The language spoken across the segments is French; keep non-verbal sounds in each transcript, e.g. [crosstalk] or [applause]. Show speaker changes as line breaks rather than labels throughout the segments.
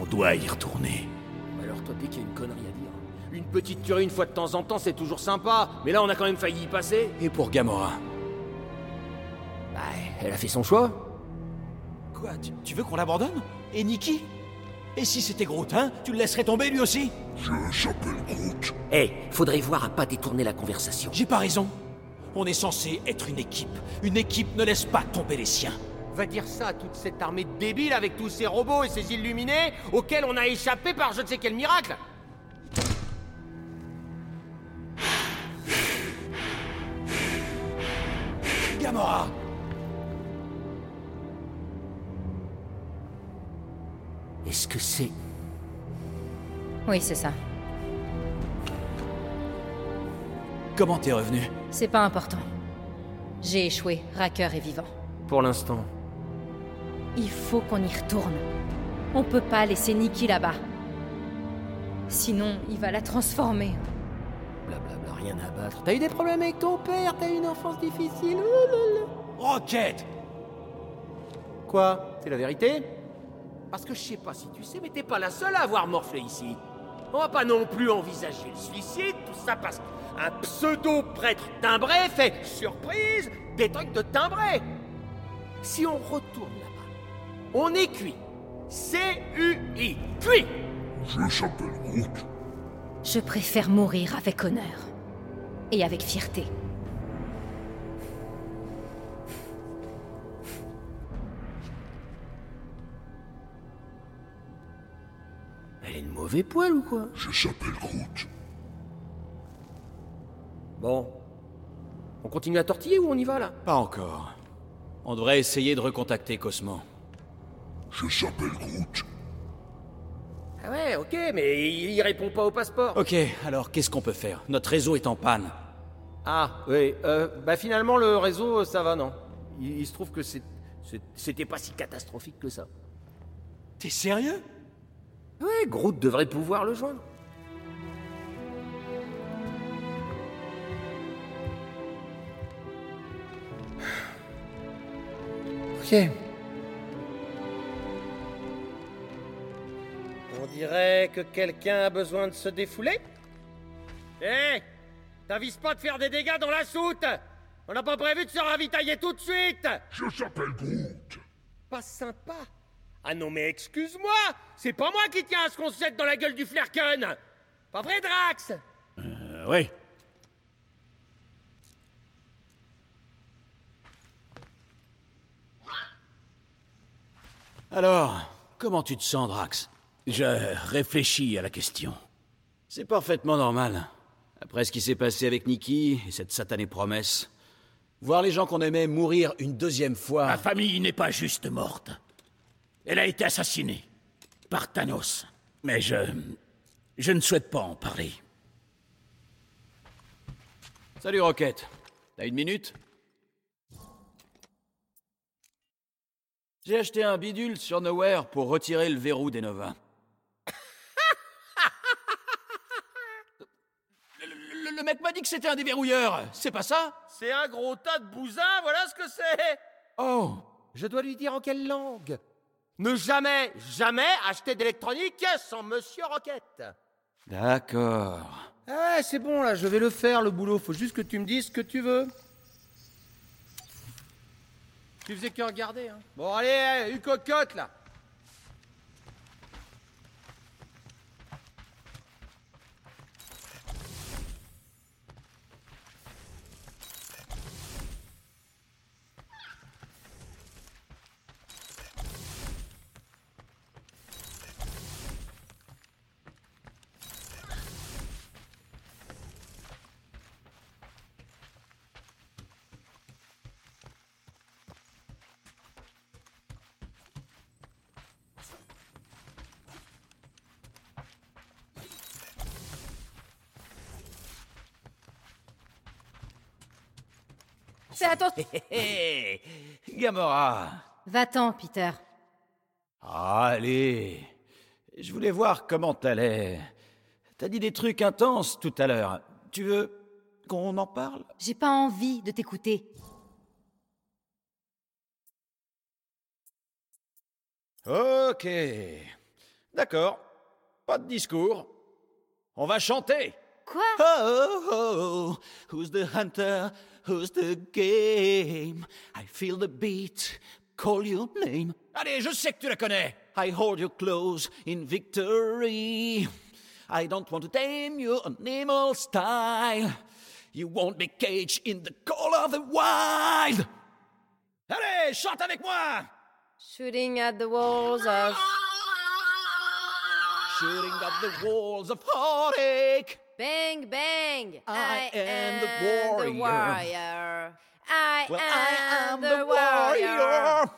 On doit y retourner.
Alors toi, dès qu'il y a une connerie à dire, une petite tuerie une fois de temps en temps, c'est toujours sympa, mais là, on a quand même failli y passer.
Et pour Gamora
Bah, elle a fait son choix.
Quoi Tu, tu veux qu'on l'abandonne Et Nikki Et si c'était Groot, hein Tu le laisserais tomber lui aussi
Je s'appelle Groot.
Eh, faudrait voir à pas détourner la conversation.
J'ai pas raison. On est censé être une équipe. Une équipe ne laisse pas tomber les siens.
Va dire ça à toute cette armée de débiles avec tous ces robots et ces illuminés auxquels on a échappé par je ne sais quel miracle
Gamora
Est-ce que c'est...
Oui, c'est ça.
Comment t'es revenu
C'est pas important. J'ai échoué, Racker est vivant.
Pour l'instant.
Il faut qu'on y retourne. On peut pas laisser Nikki là-bas. Sinon, il va la transformer.
Blablabla, rien à battre. T'as eu des problèmes avec ton père, t'as eu une enfance difficile. ouh là là.
Rocket
Quoi C'est la vérité Parce que je sais pas si tu sais, mais t'es pas la seule à avoir morflé ici. On va pas non plus envisager le suicide, tout ça parce qu'un pseudo-prêtre timbré fait, surprise, des trucs de timbré. Si on retourne là-bas, on est cuit. C-U-I, cuit
Je s'appelle Groot.
Je préfère mourir avec honneur. Et avec fierté.
Elle est de mauvais poil ou quoi
Je s'appelle Groot.
Bon. On continue à tortiller ou on y va là
Pas encore. On devrait essayer de recontacter Cosmo.
Je s'appelle Groot.
Ah ouais, ok, mais il, il répond pas au passeport.
Ok, alors qu'est-ce qu'on peut faire Notre réseau est en panne.
Ah, oui, euh, bah finalement le réseau, euh, ça va, non il, il se trouve que c'est, c'est- c'était pas si catastrophique que ça.
T'es sérieux
Ouais, Groot devrait pouvoir le joindre. Ok. On dirait que quelqu'un a besoin de se défouler Hé T'avises pas de faire des dégâts dans la soute On n'a pas prévu de se ravitailler tout de suite
Je s'appelle Groot.
pas sympa. Ah non, mais excuse-moi C'est pas moi qui tiens à ce qu'on se jette dans la gueule du flerken Pas vrai, Drax
Euh, ouais.
Alors, comment tu te sens, Drax
Je réfléchis à la question.
C'est parfaitement normal. Après ce qui s'est passé avec Nikki et cette satanée promesse, voir les gens qu'on aimait mourir une deuxième fois.
Ma famille n'est pas juste morte. Elle a été assassinée par Thanos. Mais je. Je ne souhaite pas en parler.
Salut Rocket. T'as une minute J'ai acheté un bidule sur Nowhere pour retirer le verrou des Nova. [laughs] Le, le- le mec m'a dit que c'était un déverrouilleur, c'est pas ça
C'est un gros tas de bousins, voilà ce que c'est
Oh
Je dois lui dire en quelle langue Ne jamais, jamais acheter d'électronique sans Monsieur Rocket
D'accord.
Ah ouais, c'est bon, là, je vais le faire, le boulot. Faut juste que tu me dises ce que tu veux. Tu faisais que regarder, hein. Bon, allez, hey, une cocotte, là
Fais attention
[laughs] Hé Gamora
Va-t'en, Peter.
Ah, Allez Je voulais voir comment t'allais. T'as dit des trucs intenses tout à l'heure. Tu veux qu'on en parle
J'ai pas envie de t'écouter.
Ok. D'accord. Pas de discours. On va chanter.
Quoi
Oh, oh, oh, who's the hunter? Who's the game? I feel the beat. Call your name. Allez, je sais que tu la connais. I hold you close in victory. I don't want to tame you animal style. You won't be caged in the call of the wild. Allez, chante avec moi.
Shooting at the walls of...
Shooting up the walls of heartache.
Bang, bang!
I am the warrior.
warrior. I,
Well,
am,
I am the
warrior.
warrior,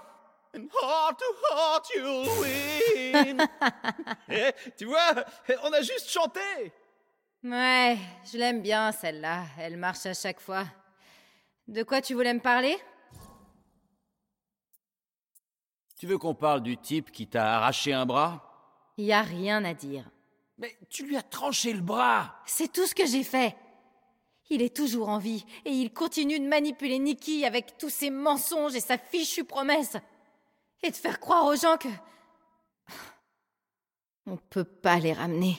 and heart to heart you'll [laughs] win. Eh, tu vois, eh, on a juste chanté.
Ouais, je l'aime bien celle-là. Elle marche à chaque fois. De quoi tu voulais me parler
Tu veux qu'on parle du type qui t'a arraché un bras
Y a rien à dire.
Mais tu lui as tranché le bras.
C'est tout ce que j'ai fait. Il est toujours en vie et il continue de manipuler Nikki avec tous ses mensonges et sa fichue promesse. Et de faire croire aux gens que. On peut pas les ramener.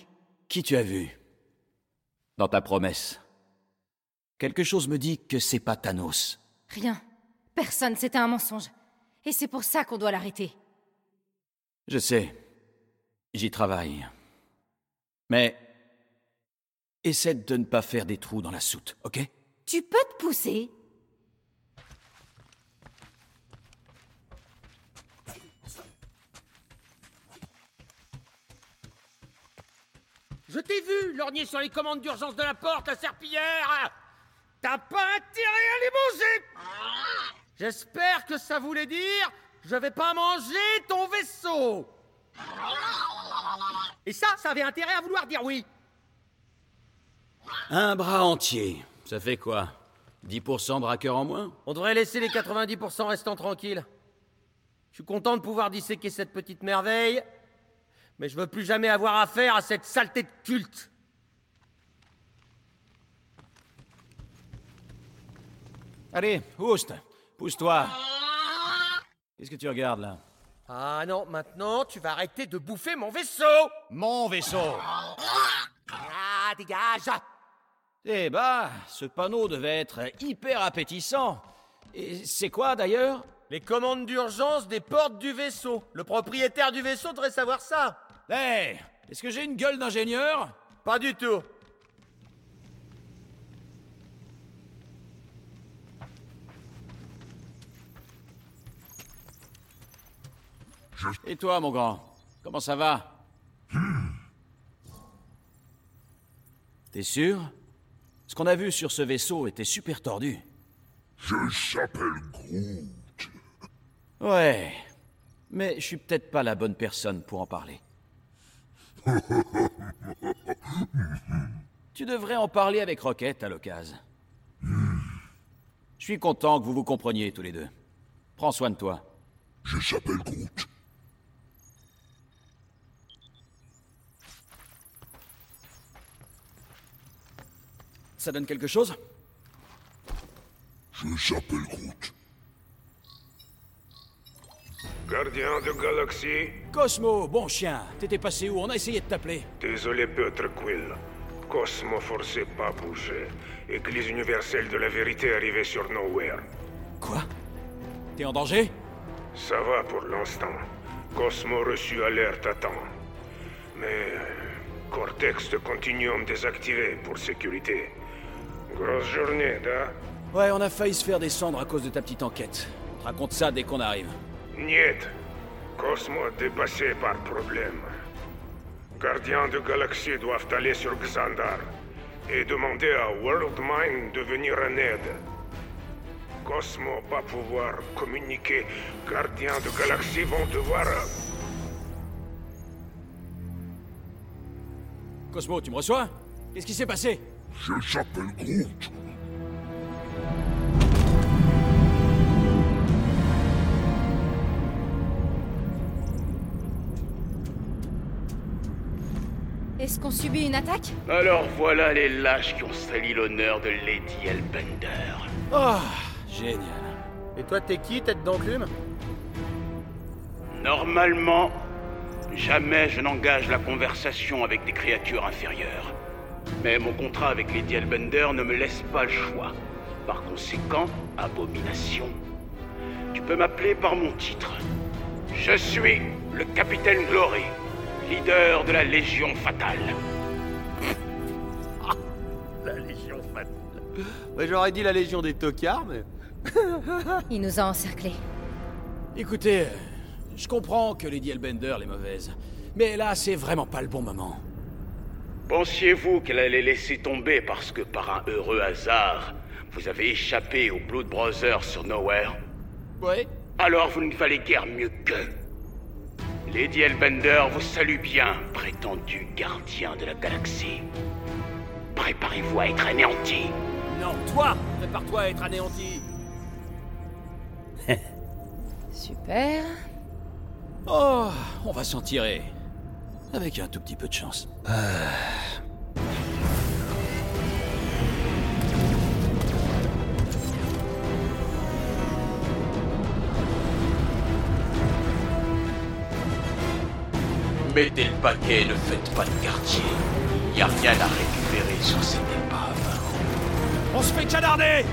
Qui tu as vu Dans ta promesse. Quelque chose me dit que c'est pas Thanos.
Rien. Personne, c'était un mensonge. Et c'est pour ça qu'on doit l'arrêter.
Je sais. J'y travaille. Mais essaie de ne pas faire des trous dans la soute, ok
Tu peux te pousser
Je t'ai vu lorgner sur les commandes d'urgence de la porte, la serpillière T'as pas intérêt à les manger J'espère que ça voulait dire « Je vais pas manger ton vaisseau !» Et ça, ça avait intérêt à vouloir dire oui
Un bras entier. Ça fait quoi 10% braqueur en moins
On devrait laisser les 90% restants tranquilles. Je suis content de pouvoir disséquer cette petite merveille, mais je veux plus jamais avoir affaire à cette saleté de culte.
Allez, Oust, pousse-toi. Qu'est-ce que tu regardes là
Ah non, maintenant tu vas arrêter de bouffer mon vaisseau
Mon vaisseau
Ah, dégage
Eh bah, ce panneau devait être hyper appétissant. Et c'est quoi d'ailleurs
Les commandes d'urgence des portes du vaisseau. Le propriétaire du vaisseau devrait savoir ça.
Hé Eh, Est-ce que j'ai une gueule d'ingénieur
Pas du tout.
Et toi, mon grand Comment ça va T'es sûr Ce qu'on a vu sur ce vaisseau était super tordu.
Je s'appelle Groot.
Ouais. Mais je suis peut-être pas la bonne personne pour en parler. tu devrais en parler avec Rocket à l'occasion. Je suis content que vous vous compreniez tous les deux. Prends soin de toi.
Je s'appelle Groot.
Ça donne quelque chose
Je s'appelle Groot.
Gardien de galaxie,
Cosmo, bon chien, t'étais passé où On a essayé de t'appeler.
désolé Piotr Quill. Cosmo forcé pas bouger. Église universelle de la vérité arrivée sur Nowhere.
Quoi T'es en danger
Ça va pour l'instant. Cosmo reçu alerte à temps. Mais euh, Cortex de Continuum désactivé pour sécurité. Grosse journée, da
Ouais, on a failli se faire descendre à cause de ta petite enquête. On te raconte ça dès qu'on arrive.
Niet. Cosmo dépassé par problème. Gardiens de galaxie doivent aller sur Xandar et demander à World Mind de venir en aide. Cosmo pas pouvoir communiquer. Gardiens de galaxie vont devoir.
Cosmo, tu me reçois Qu'est-ce qui s'est passé
Je s'appelle Groot.
Est-ce qu'on subit une attaque
Alors voilà les lâches qui ont sali l'honneur de Lady Elbender.
Ah, génial.
Et toi, t'es qui, tête d'enclume
Normalement,
Jamais je n'engage la conversation avec des créatures inférieures. Mais mon contrat avec Lady Hellbender ne me laisse pas le choix. Par conséquent, abomination. Tu peux m'appeler par mon titre. Je suis le Capitaine Glory, leader de la Légion Fatale.
La Légion fatale.
Ouais, J'aurais dit la Légion des tocards, mais.
Il nous a encerclés.
Écoutez, euh, je comprends que Lady Hellbender les mauvaises, mais là, c'est vraiment pas le bon moment.
Pensiez-vous qu'elle allait laisser tomber parce que par un heureux hasard, vous avez échappé au Blood Brothers sur Nowhere
Ouais
Alors vous ne valez guère mieux qu'eux. Lady Hellbender vous salue bien, prétendu gardien de la galaxie. Préparez-vous à être anéanti.
Non, toi, prépare-toi à être anéanti.
Super.
Oh, on va s'en tirer. Avec un tout petit peu de chance.
Mettez le paquet et ne faites pas de quartier. Il n'y a rien à récupérer sur cette épave.
On se fait canarder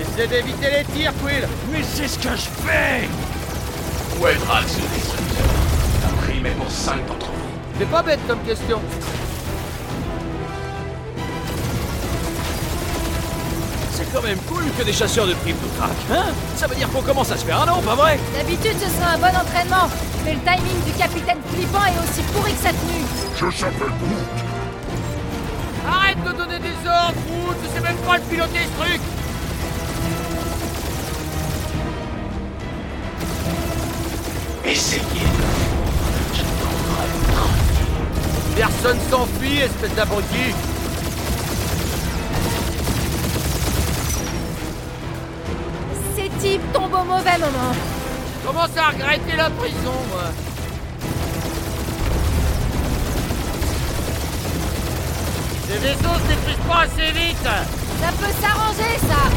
Essaie d'éviter les tirs, Quill.
Mais c'est ce que je fais
Où est Drax le Destructeur Un crime est pour cinq d'entre vous.
C'est pas bête comme question.
C'est quand même cool que des chasseurs de primes nous traquent, hein Ça veut dire qu'on commence à se faire un nom, pas vrai
D'habitude, ce serait un bon entraînement, mais le timing du capitaine flippant est aussi pourri que sa tenue.
Je s'appelle Groot.
Arrête de donner des ordres, ou tu sais même pas le piloter ce truc.
Essayez de vous. Je prendrai le train.
Personne s'enfuit, espèce d'abruti.
Ces types tombent au mauvais moment.
Commence à regretter la prison, moi. Ces vaisseaux se détruisent pas assez vite.
Ça peut s'arranger, ça.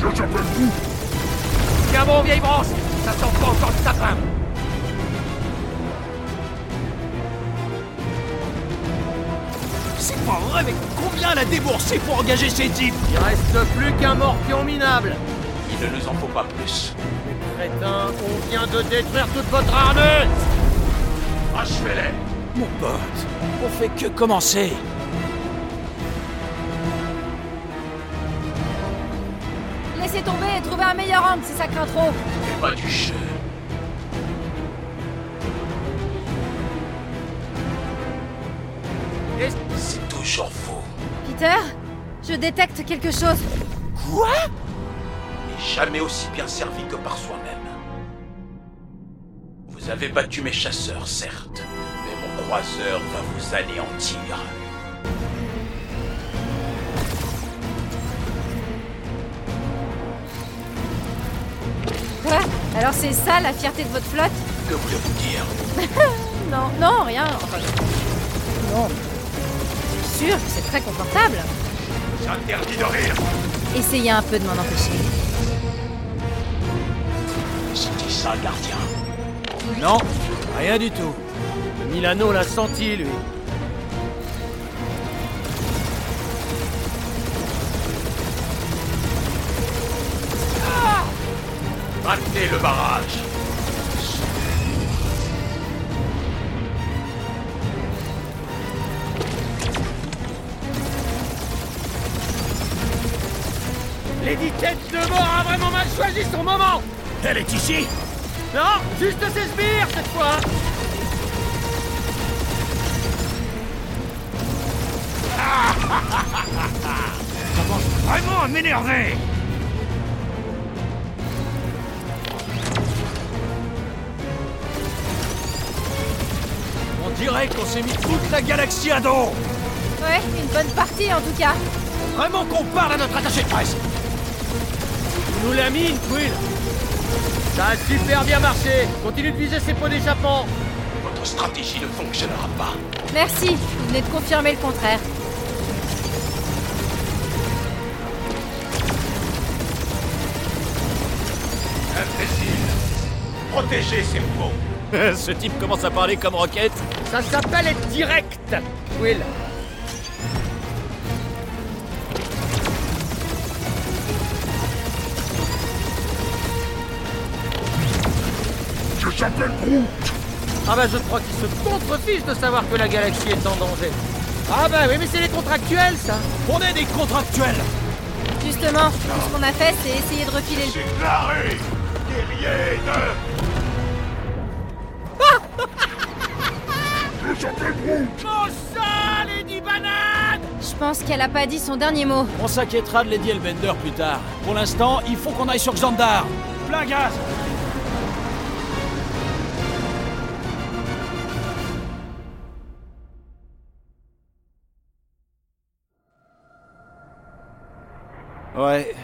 Je s'appelle Groot.
Tiens bon, vieille branche, ça sent pas encore de sapin.
C'est pas vrai, mais combien elle a déboursé pour engager ces types
Il reste plus qu'un morpion minable.
Il ne nous en faut pas plus.
Crétin, on vient de détruire toute votre armeuse
Achevez-les.
Mon pote, on fait que commencer
Laissez tomber et trouvez un meilleur angle si ça craint trop.
Et pas du jeu. C'est toujours faux.
Peter, je détecte quelque chose.
mais jamais aussi bien servi que par soi-même. Vous avez battu mes chasseurs, certes, mais mon croiseur va vous anéantir.
Quoi Alors c'est ça la fierté de votre flotte
Que voulez-vous dire
[laughs] Non, non, rien. Enfin, je- Non. C'est sûr que c'est très confortable.
J'interdis de rire
Essayez un peu de m'en empêcher.
C'était ça, gardien.
Non, rien du tout.
Milano l'a senti, lui.
Ratez le barrage
Lady Tête de mort a vraiment mal choisi son moment
Elle est ici
Non, juste ses sbires, cette fois
Vraiment à m'énerver
On dirait qu'on s'est mis toute la galaxie à dos
Ouais, une bonne partie en tout cas.
Vraiment qu'on parle à notre attaché de presse
Nous l'a mis, une couille Ça a super bien marché Continue de viser ses pots d'échappement
Votre stratégie ne fonctionnera pas.
Merci, vous venez de confirmer le contraire.
protéger ces faux.
[laughs] Ce type commence à parler comme Rocket.
Ça s'appelle être direct, Will.
Je s'appelle Groot
Ah bah je crois qu'ils se contrefichent de savoir que la galaxie est en danger. Ah bah oui, mais c'est les contractuels, ça.
On est des contractuels
Justement, tout ce qu'on a fait, c'est essayer de refiler le...
Déclaré Guerrier de... Je s'appelle Groot
Bon sang, Lady Banane
Je pense qu'elle a pas dit son dernier mot.
On s'inquiétera de Lady Elbender plus tard. Pour l'instant, il faut qu'on aille sur Xandar. Plein gaz Ouais,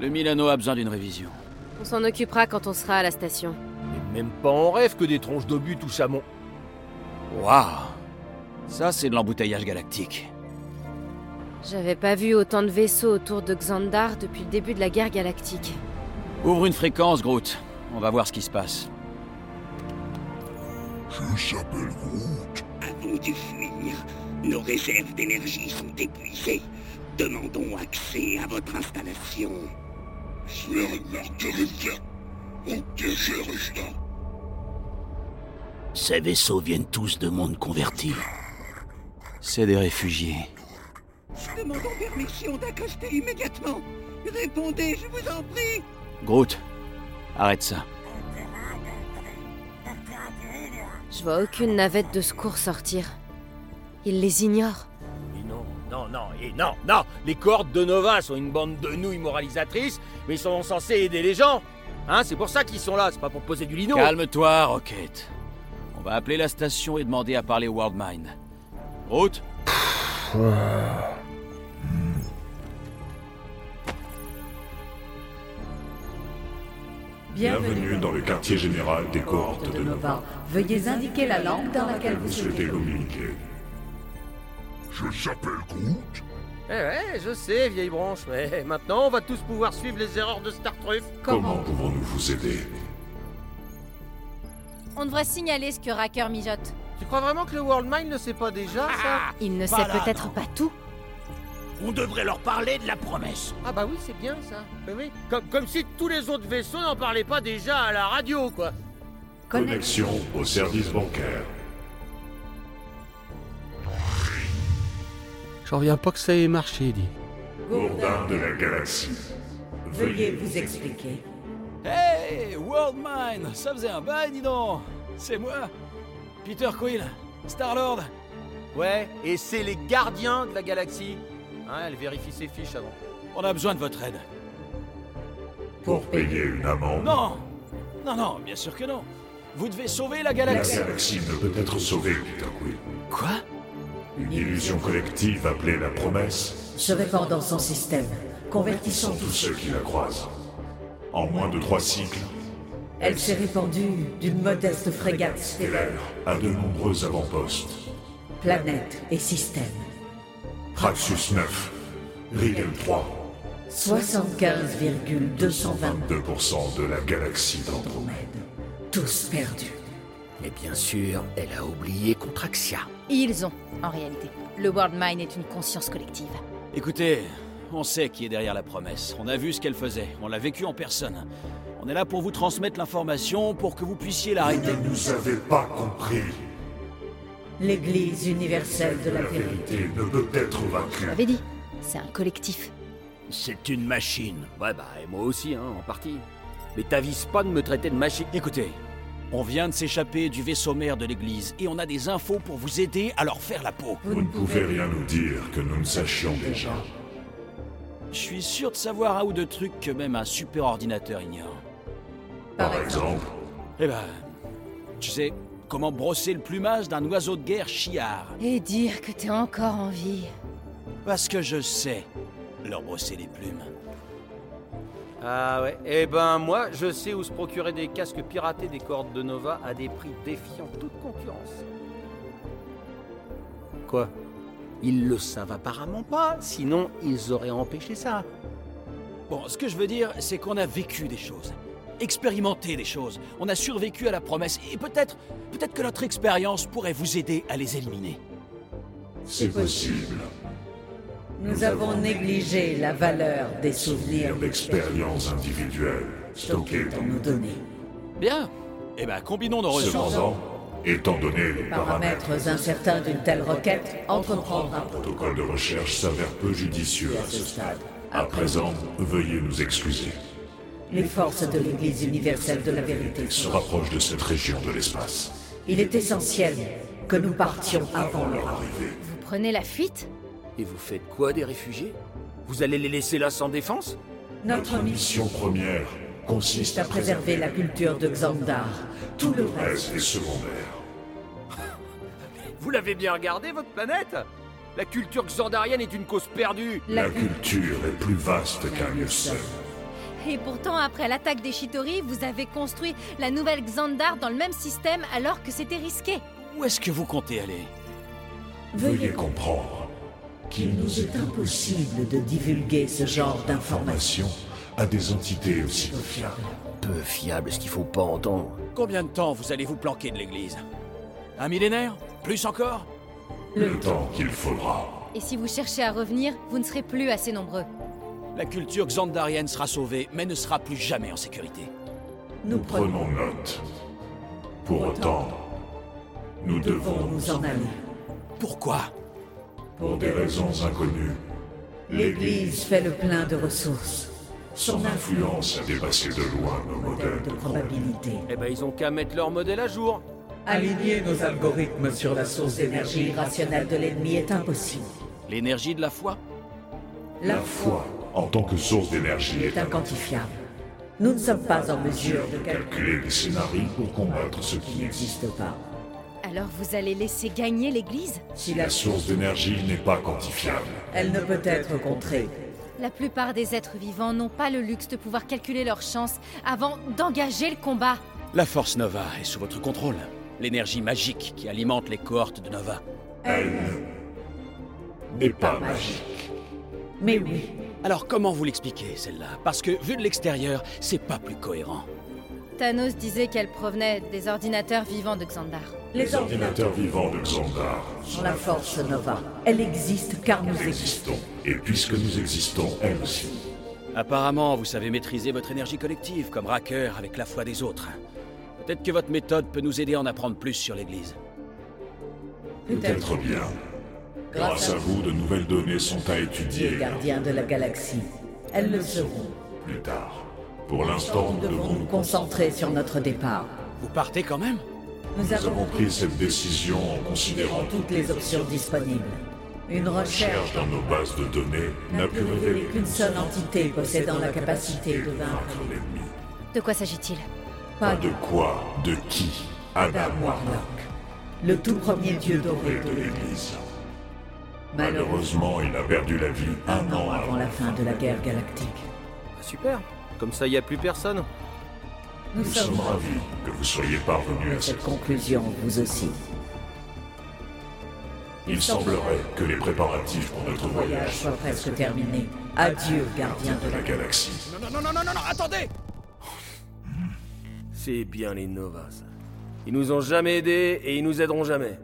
le Milano a besoin d'une révision.
On s'en occupera quand on sera à la station.
Même pas en rêve que des tronches d'obus touchent à mon...
Waouh Ça, c'est de l'embouteillage galactique.
J'avais pas vu autant de vaisseaux autour de Xandar depuis le début de la guerre galactique.
Ouvre une fréquence, Groot. On va voir ce qui se passe.
Je s'appelle Groot
Avant de fuir, nos réserves d'énergie sont épuisées. Demandons accès à votre installation.
Ces vaisseaux viennent tous de mondes convertis.
C'est des réfugiés.
Demandons permission d'accoster immédiatement. Répondez, je vous en prie.
Groot, arrête ça.
Je vois aucune navette de secours sortir. Ils les ignorent.
Et non, non, non, et non, non Les cohortes de Nova sont une bande de nouilles moralisatrices, mais ils sont censés aider les gens Hein, c'est pour ça qu'ils sont là, c'est pas pour poser du lino
Calme-toi, Rocket. On va appeler la station et demander à parler Worldmine. Groot
Bienvenue dans le quartier général des cohortes de Nova.
Veuillez indiquer la langue dans laquelle vous
Souhaitez communiquer. Je s'appelle Groot
Eh ouais, je sais, vieille branche, mais maintenant on va tous pouvoir suivre les erreurs de Startruff
Comment pouvons-nous vous aider
On devrait signaler ce que Racker mijote.
Tu crois vraiment que le World Mind ne sait pas déjà, ça
Il ne
Voilà,
sait peut-être
non.
pas tout.
On devrait leur parler de la promesse.
Ah bah oui, c'est bien, ça Oui, oui, comme, comme si tous les autres vaisseaux n'en parlaient pas déjà à la radio, quoi
Connexion au service bancaire.
J'en reviens pas que ça ait marché, dit.
Gourdin de la galaxie.
Veuillez vous expliquer.
Hey, Worldmine Ça faisait un bail, dis donc C'est moi Peter Quill Star-Lord
Ouais, et c'est les gardiens de la galaxie Hein, elle vérifie ses fiches avant.
On a besoin de votre aide.
Pour payer une amende,
Non Non, non, bien sûr que non Vous devez sauver la
la
galaxie
galaxie ne peut être sauvée, Peter Quill.
Quoi
Une illusion collective appelée la promesse,
Se répandant son système, convertissant
sans tous
tous.
ceux qui la croisent. En moins de trois cycles,
Elle s'est répandue d'une modeste frégate stellaire,
Claire a de nombreux avant-postes.
planète et système.
Traxus 9, Rigel 3,
75,222,
22% de la galaxie d'Andromède.
tous perdus.
Mais bien sûr, elle a oublié Contraxia.
Ils ont, en réalité. Le World Mind est une conscience collective.
Écoutez, on sait qui est derrière la promesse. On a vu ce qu'elle faisait. On l'a vécu en personne. On est là pour vous transmettre l'information pour que vous puissiez l'arrêter.
Vous ne nous avez pas compris.
L'Église universelle de la
La
vérité.
vérité ne peut être vaincue.
Vous l'avez dit, c'est un collectif.
C'est une machine.
Ouais, bah, et moi aussi, hein, en partie. Mais t'avises pas de me traiter de machine.
Écoutez, on vient de s'échapper du vaisseau mère de l'église et on a des infos pour vous aider à leur faire la peau.
Vous ne pouvez rien nous dire que nous ne sachions déjà.
Je suis sûr de savoir un ou deux trucs que même un super ordinateur ignore.
Par exemple,
Eh ben, tu sais, comment brosser le plumage d'un oiseau de guerre chiard
Et dire que t'es encore en vie.
Parce que je sais leur brosser les plumes.
Ah ouais, eh ben moi, je sais où se procurer des casques piratés des cordes de Nova à des prix défiant toute concurrence. Quoi Ils le savent apparemment pas, sinon ils auraient empêché ça.
Bon, ce que je veux dire, c'est qu'on a vécu des choses. expérimenté des choses. On a survécu à la promesse et peut-être peut-être que notre expérience pourrait vous aider à les éliminer.
C'est possible.
Nous avons négligé la valeur des souvenirs
Expérience individuelle stockée dans nos données.
Bien. Eh ben, combinons nos ressources.
Cependant, étant donné les paramètres,
paramètres incertains d'une telle requête, entreprendre un
le protocole de recherche s'avère peu judicieux à ce stade. À présent, veuillez nous excuser.
les forces de l'Église universelle de la vérité.
se rapproche de cette région de l'espace.
Il est essentiel que nous partions avant leur
arrivée.
Vous prenez la fuite
Et vous faites quoi des réfugiés Vous allez les laisser là sans défense
Notre
mission première consiste
à préserver la culture de Xandar. Tout le reste
Reste est secondaire.
Vous l'avez bien regardé, votre planète La culture xandarienne est une cause perdue.
La culture est plus vaste qu'un lieu seul.
Et pourtant, après l'attaque des Chitori, vous avez construit la nouvelle Xandar dans le même système alors que c'était risqué.
Où est-ce que vous comptez aller
Euh,
Veuillez comprendre
qu'il nous est impossible de divulguer ce genre d'informations.
l'information à des entités aussi fiables.
Peu fiable, ce qu'il faut pas entendre.
Combien de temps vous allez vous planquer de l'église Un millénaire Plus encore
Le temps qu'il faudra.
Et si vous cherchez à revenir, vous ne serez plus assez nombreux.
La culture xandarienne sera sauvée, mais ne sera plus jamais en sécurité.
Nous
Prenons note. Pour autant, nous devons
nous en aller.
Pourquoi
Pour des raisons inconnues,
L'Église fait le plein de ressources. Son influence
influence a dépassé de loin nos modèles
Euh,
de
probabilité.
Eh ben, ils ont qu'à mettre leur modèle à jour.
Aligner nos algorithmes sur la source d'énergie irrationnelle de l'ennemi est impossible.
L'énergie de la foi
La
foi en tant que source d'énergie
est inquantifiable. Nous ne sommes pas en mesure de calculer.
calculée des scénarios pour combattre ce qui
n'existe pas.
Alors vous allez laisser gagner l'Église
Si
La source d'énergie n'est pas quantifiable.
Elle ne peut être contrée.
La plupart des êtres vivants n'ont pas le luxe de pouvoir calculer leurs chances avant d'engager le combat.
La force Nova est sous votre contrôle. L'énergie magique qui alimente les cohortes de Nova.
Elle n'est pas magique.
Mais oui,
Alors comment vous l'expliquez celle-là Parce que vu de l'extérieur, c'est pas plus cohérent.
Thanos disait qu'elle provenait des ordinateurs vivants de Xandar.
les
Les
ordres
ordinateurs vivants de Xandar
sont la force Nova. Elle existe car nous existons.
existent, et puisque nous existons, elle aussi.
Apparemment, vous savez maîtriser votre énergie collective comme Racker avec la foi des autres. Peut-être que votre méthode peut nous aider à en apprendre plus sur l'Église.
Peut-être bien. Grâce à vous, de nouvelles données sont à
Les
étudier
gardiens de la galaxie. Elles le seront.
plus tard. Pour l'instant, nous devons nous
Concentrés sur notre départ.
Vous partez quand même
Nous
Nous avons
avons
pris cette décision en considérant
toutes les options disponibles. Une recherche
recherche dans nos bases de données n'a pu révéler
révélée qu'une seule entité possédant la capacité de vaincre
l'ennemi.
De quoi s'agit-il
pas
De quoi De qui Adam Warlock,
le tout premier dieu doré
de l'Église. Malheureusement, il a perdu la vie un an
avant
avant.
la fin de la guerre galactique.
super. Comme ça, il n'y a plus personne.
Nous
Nous
sommes
sommes
ravis que vous soyez parvenus à cette...
cette conclusion, vous aussi.
Il semblerait que les préparatifs pour notre
Le voyage
voyage
soit presque terminé. Adieu, gardien de
de
la
la galaxie.
Non, non, non, non, non, non, attendez
C'est bien les Novas. Ils nous ont jamais aidés et ils nous aideront jamais.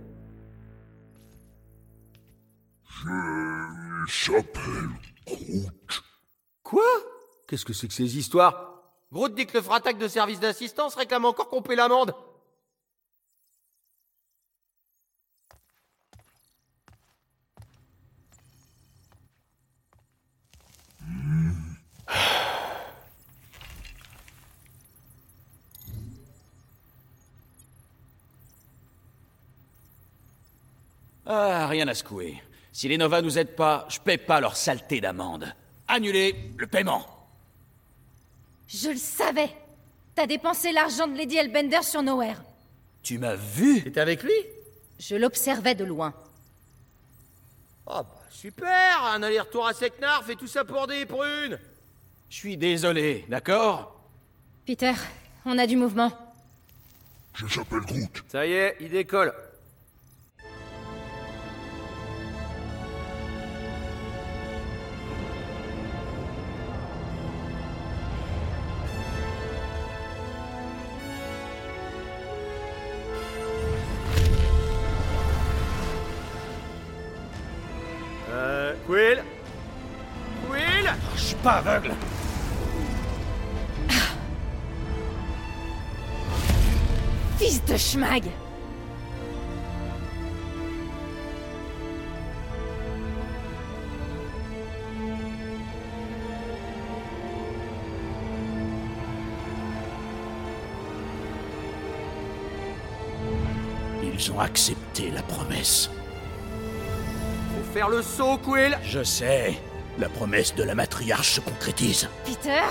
Quoi Qu'est-ce que c'est que ces histoires Groot dit que le fratac de service d'assistance réclame encore qu'on paie l'amende.
Ah, rien à secouer. Si les Nova nous aident pas, je paie pas leur saleté d'amende. Annulez le paiement
Je le savais T'as dépensé l'argent de Lady Elbender sur Nowhere.
Tu m'as vu
T'étais avec lui
Je l'observais de loin.
Oh bah super Un aller-retour à Seknarf et tout ça pour des prunes
Je suis désolé, d'accord
Peter, on a du mouvement.
Je s'appelle Groot.
Ça y est, il décolle. Euh, Quill Quill
Je suis pas aveugle
Fils de schmag
Ils ont accepté la promesse.
Faut faire le saut, Quill
Je sais. La promesse de la matriarche se concrétise.
Peter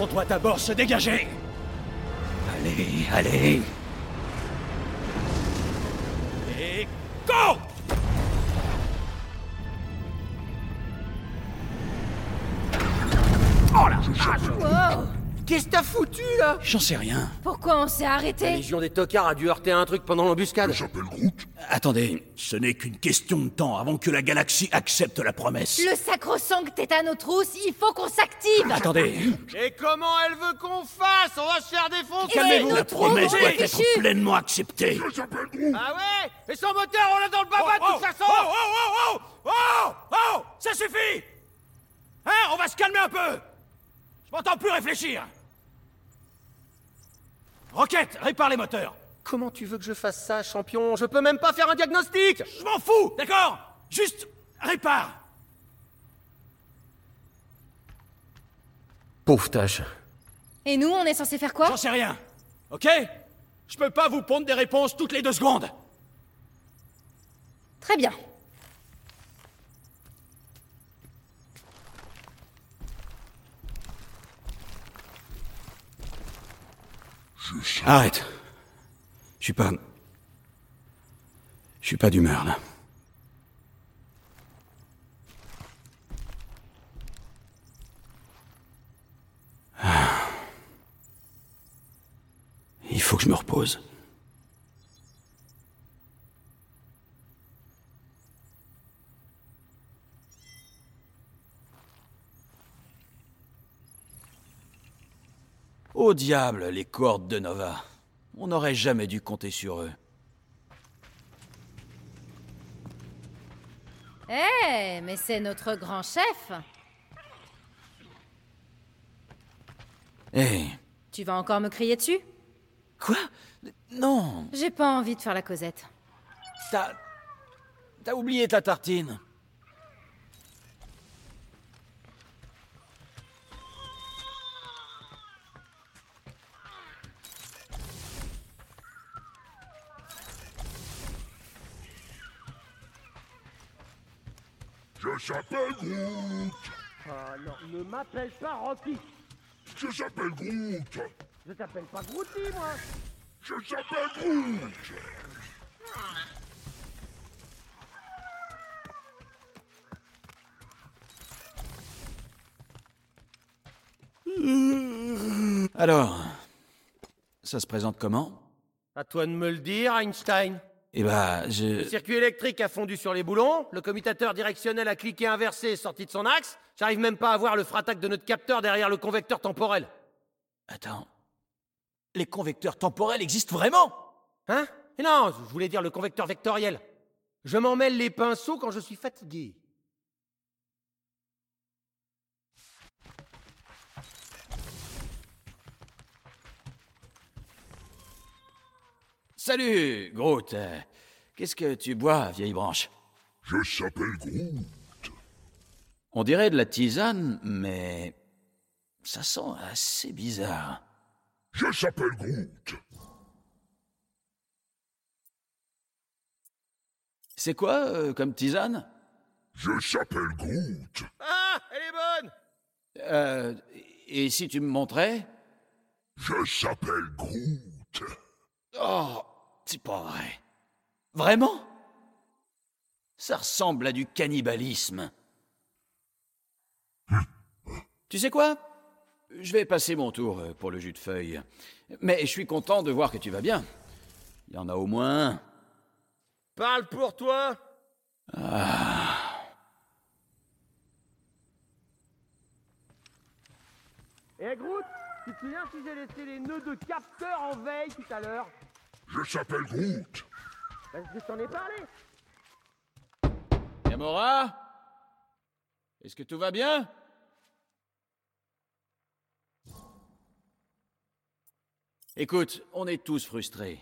On doit d'abord se dégager
Allez, allez.
Et go
Oh la vache Qu'est-ce que t'as foutu, là
J'en sais rien.
Pourquoi on s'est
La
arrêté
Légion des tocards a dû heurter un truc pendant l'embuscade. J'appelle
Attendez,
Ce n'est qu'une question de temps avant que la galaxie accepte la promesse.
Le sacro-sang est à nos trousses, il faut qu'on s'active
attendez
Et comment elle veut qu'on fasse On va se faire défoncer
Calmez-vous.
La
Notre
promesse
roman
doit
est
être
fichu.
pleinement acceptée.
Ah ouais Et son moteur, on l'a dans le baba de toute façon
Oh, oh, oh, oh Oh Oh Ça suffit Hein, on va se calmer un peu Je m'entends plus réfléchir Roquette, répare les moteurs
Comment tu veux que je fasse ça, champion Je peux même pas faire un diagnostic
Je m'en fous, d'accord Juste, répare
Pauvre tâche.
Et nous, on est censé faire quoi
J'en sais rien, ok Je peux pas vous pondre des réponses toutes les deux secondes
Très bien.
Arrête Je suis pas... Je suis pas d'humeur, là. Ah. Il faut que je me repose. Au diable, les cordes de Nova. On n'aurait jamais dû compter sur eux.
Eh, mais c'est notre grand chef
Eh,
Tu vas encore me crier dessus
Quoi Non
J'ai pas envie de faire la Cosette.
T'as. T'as oublié ta tartine.
Je s'appelle Groot
Ah non, ne m'appelle pas Rocky
Je s'appelle Groot
Je t'appelle pas Grouty, moi
Je s'appelle Groot
Alors. Ça se présente comment
À toi de me le dire, Einstein.
Eh bah,
Le
je.
circuit électrique a fondu sur les boulons, le commutateur directionnel a cliqué inversé et sorti de son axe, j'arrive même pas à voir le fratac de notre capteur derrière le convecteur temporel.
Attends. Les convecteurs temporels existent vraiment
Hein Mais Non, je voulais dire le convecteur vectoriel. Je m'en mêle les pinceaux quand je suis fatigué.
Salut, Groot. Euh, Qu'est-ce que tu bois, vieille branche
Je s'appelle Groot
On dirait de la tisane, mais. Ça sent assez bizarre.
Je s'appelle Groot
C'est quoi euh, comme tisane
Je s'appelle Groot
Ah, elle est bonne
Euh. Et si tu me montrais
Je s'appelle Groot
Oh, c'est pas vrai. Vraiment Ça ressemble à du cannibalisme. tu sais quoi Je vais passer mon tour euh, pour le jus de feuille. Mais je suis content de voir que tu vas bien. Il y en a au moins un.
Parle pour toi Ah. Eh Groot, tu te souviens si j'ai laissé les nœuds de capteur en veille tout à l'heure
Je s'appelle Groot
Parce que je t'en ai parlé
Gamora Est-ce que tout va bien Écoute, on est tous frustrés.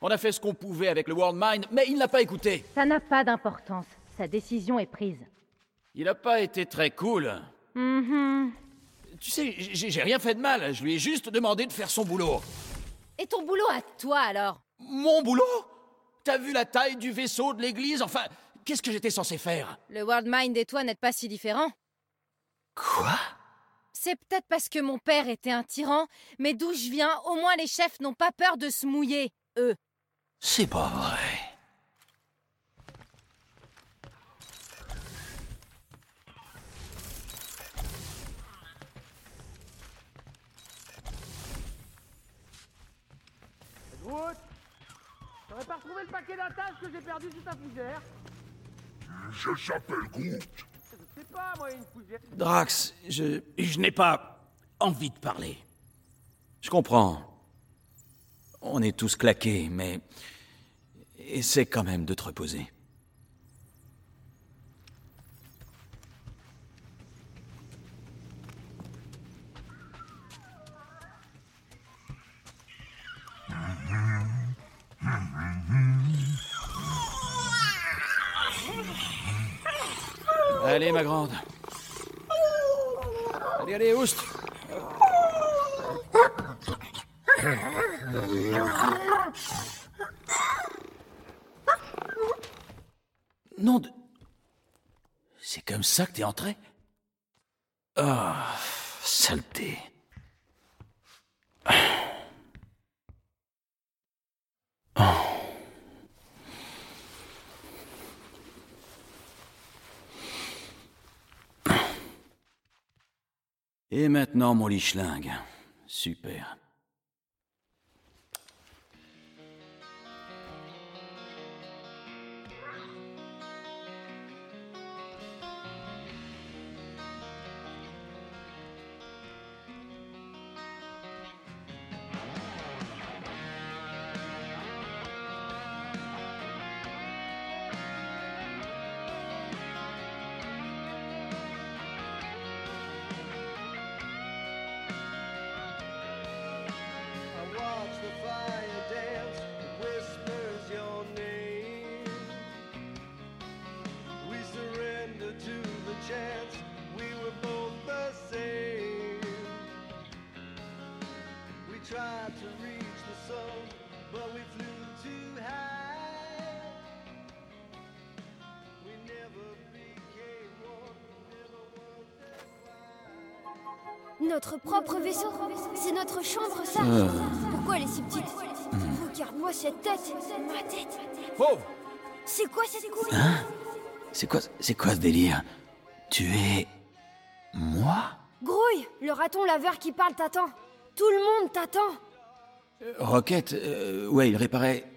On a fait ce qu'on pouvait avec le World Mind, mais il n'a pas écouté.
Ça n'a pas d'importance. Sa décision est prise.
Il n'a pas été très cool.
Mhm.
Tu sais, j- j'ai j'ai rien fait de mal, je lui ai juste demandé de faire son boulot.
Et ton boulot à toi alors
Mon boulot T'as vu la taille du vaisseau de l'église Enfin, qu'est-ce que j'étais censé faire
Le World Mind et toi n'êtes pas si différents.
Quoi
C'est peut-être parce que mon père était un tyran, mais d'où je viens, au moins les chefs n'ont pas peur de se mouiller, eux.
C'est pas vrai.
Wood T'aurais pas retrouvé le paquet d'attaches que j'ai perdu sous ta fougère
Je s'appelle Groot.
Je sais pas, moi, une fougère.
Drax, je.
Je n'ai pas envie de parler.
Je comprends. On est tous claqués, mais. Essaie quand même de te reposer. Allez, ma grande. Allez, allez, oust. Non de... C'est comme ça que t'es entré Ah, saleté. Et maintenant, mon lichlingue. Super.
I watch the fire dance, it whispers your name. We surrender to the chance, we were both the same. We tried to reach the sun, but we flew too high. We never became one, never were that
Notre propre vaisseau C'est notre chambre, ça
Euh.
Pourquoi elle est si petite Regarde-moi cette tête Ma tête C'est quoi cette couille
Hein C'est quoi, c'est quoi ce délire Tu es... Moi
Grouille Le raton laveur qui parle t'attend Tout le monde t'attend
Rocket, euh, ouais, il réparait...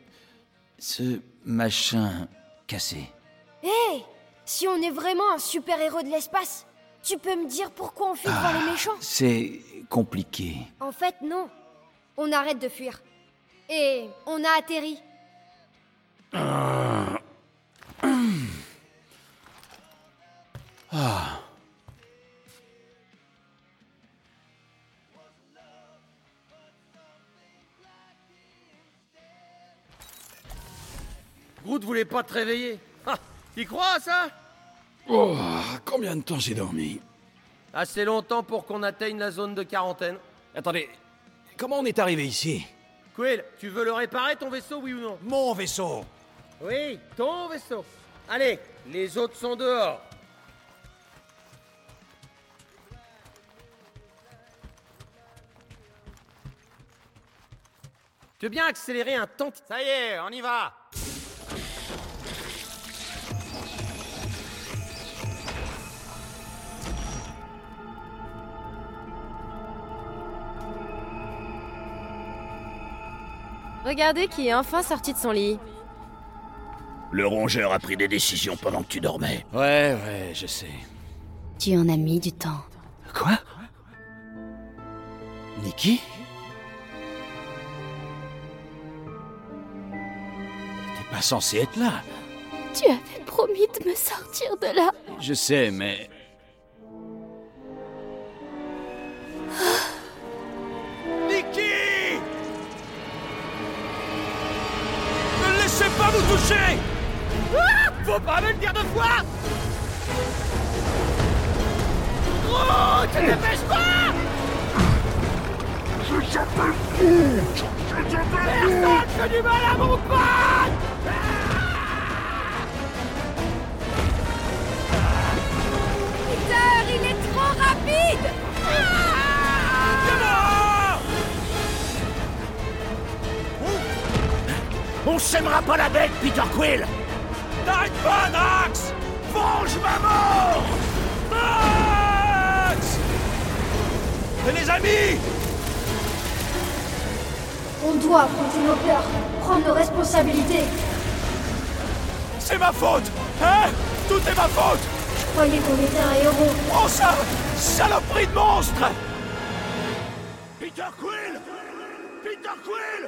Ce machin cassé.
Hé Si on est vraiment un super-héros de l'espace, tu peux me dire pourquoi on fuit devant les méchants
C'est compliqué.
En fait, non. On arrête de fuir. Et on a atterri.
Ah. Ah.
Groot voulait pas te réveiller. Ah, t'y crois, ça
Oh, combien de temps j'ai dormi
Assez longtemps pour qu'on atteigne la zone de quarantaine.
Attendez, comment on est arrivé ici
Quill, tu veux le réparer, ton vaisseau, oui ou non
Mon vaisseau
Oui, ton vaisseau. Allez, les autres sont dehors. Tu veux bien accélérer un temps Ça y est, on y va
Regardez qui est enfin sorti de son lit.
Le rongeur a pris des décisions pendant que tu dormais.
Ouais, ouais, je sais.
Tu en as mis du temps.
Quoi Nikki T'es pas censé être là.
Tu avais promis de me sortir de là.
Je sais, mais...
Nikki Ne laissez pas vous toucher ah Faut pas me le dire deux fois Groot, ne dépêche pas Je s'appelle Groot Je s'appelle Personne fait du mal à mon pote
Peter, il est trop rapide
Ah On sèmera pas la bête, Peter Quill T'arrêtes pas, Drax Venge ma mort Drax
Mais les amis
On doit affronter nos peurs, prendre nos responsabilités.
C'est ma faute Hein Tout est ma faute
Je croyais qu'on était un héros.
Prends ça Saloperie de monstre
Peter Quill Peter Quill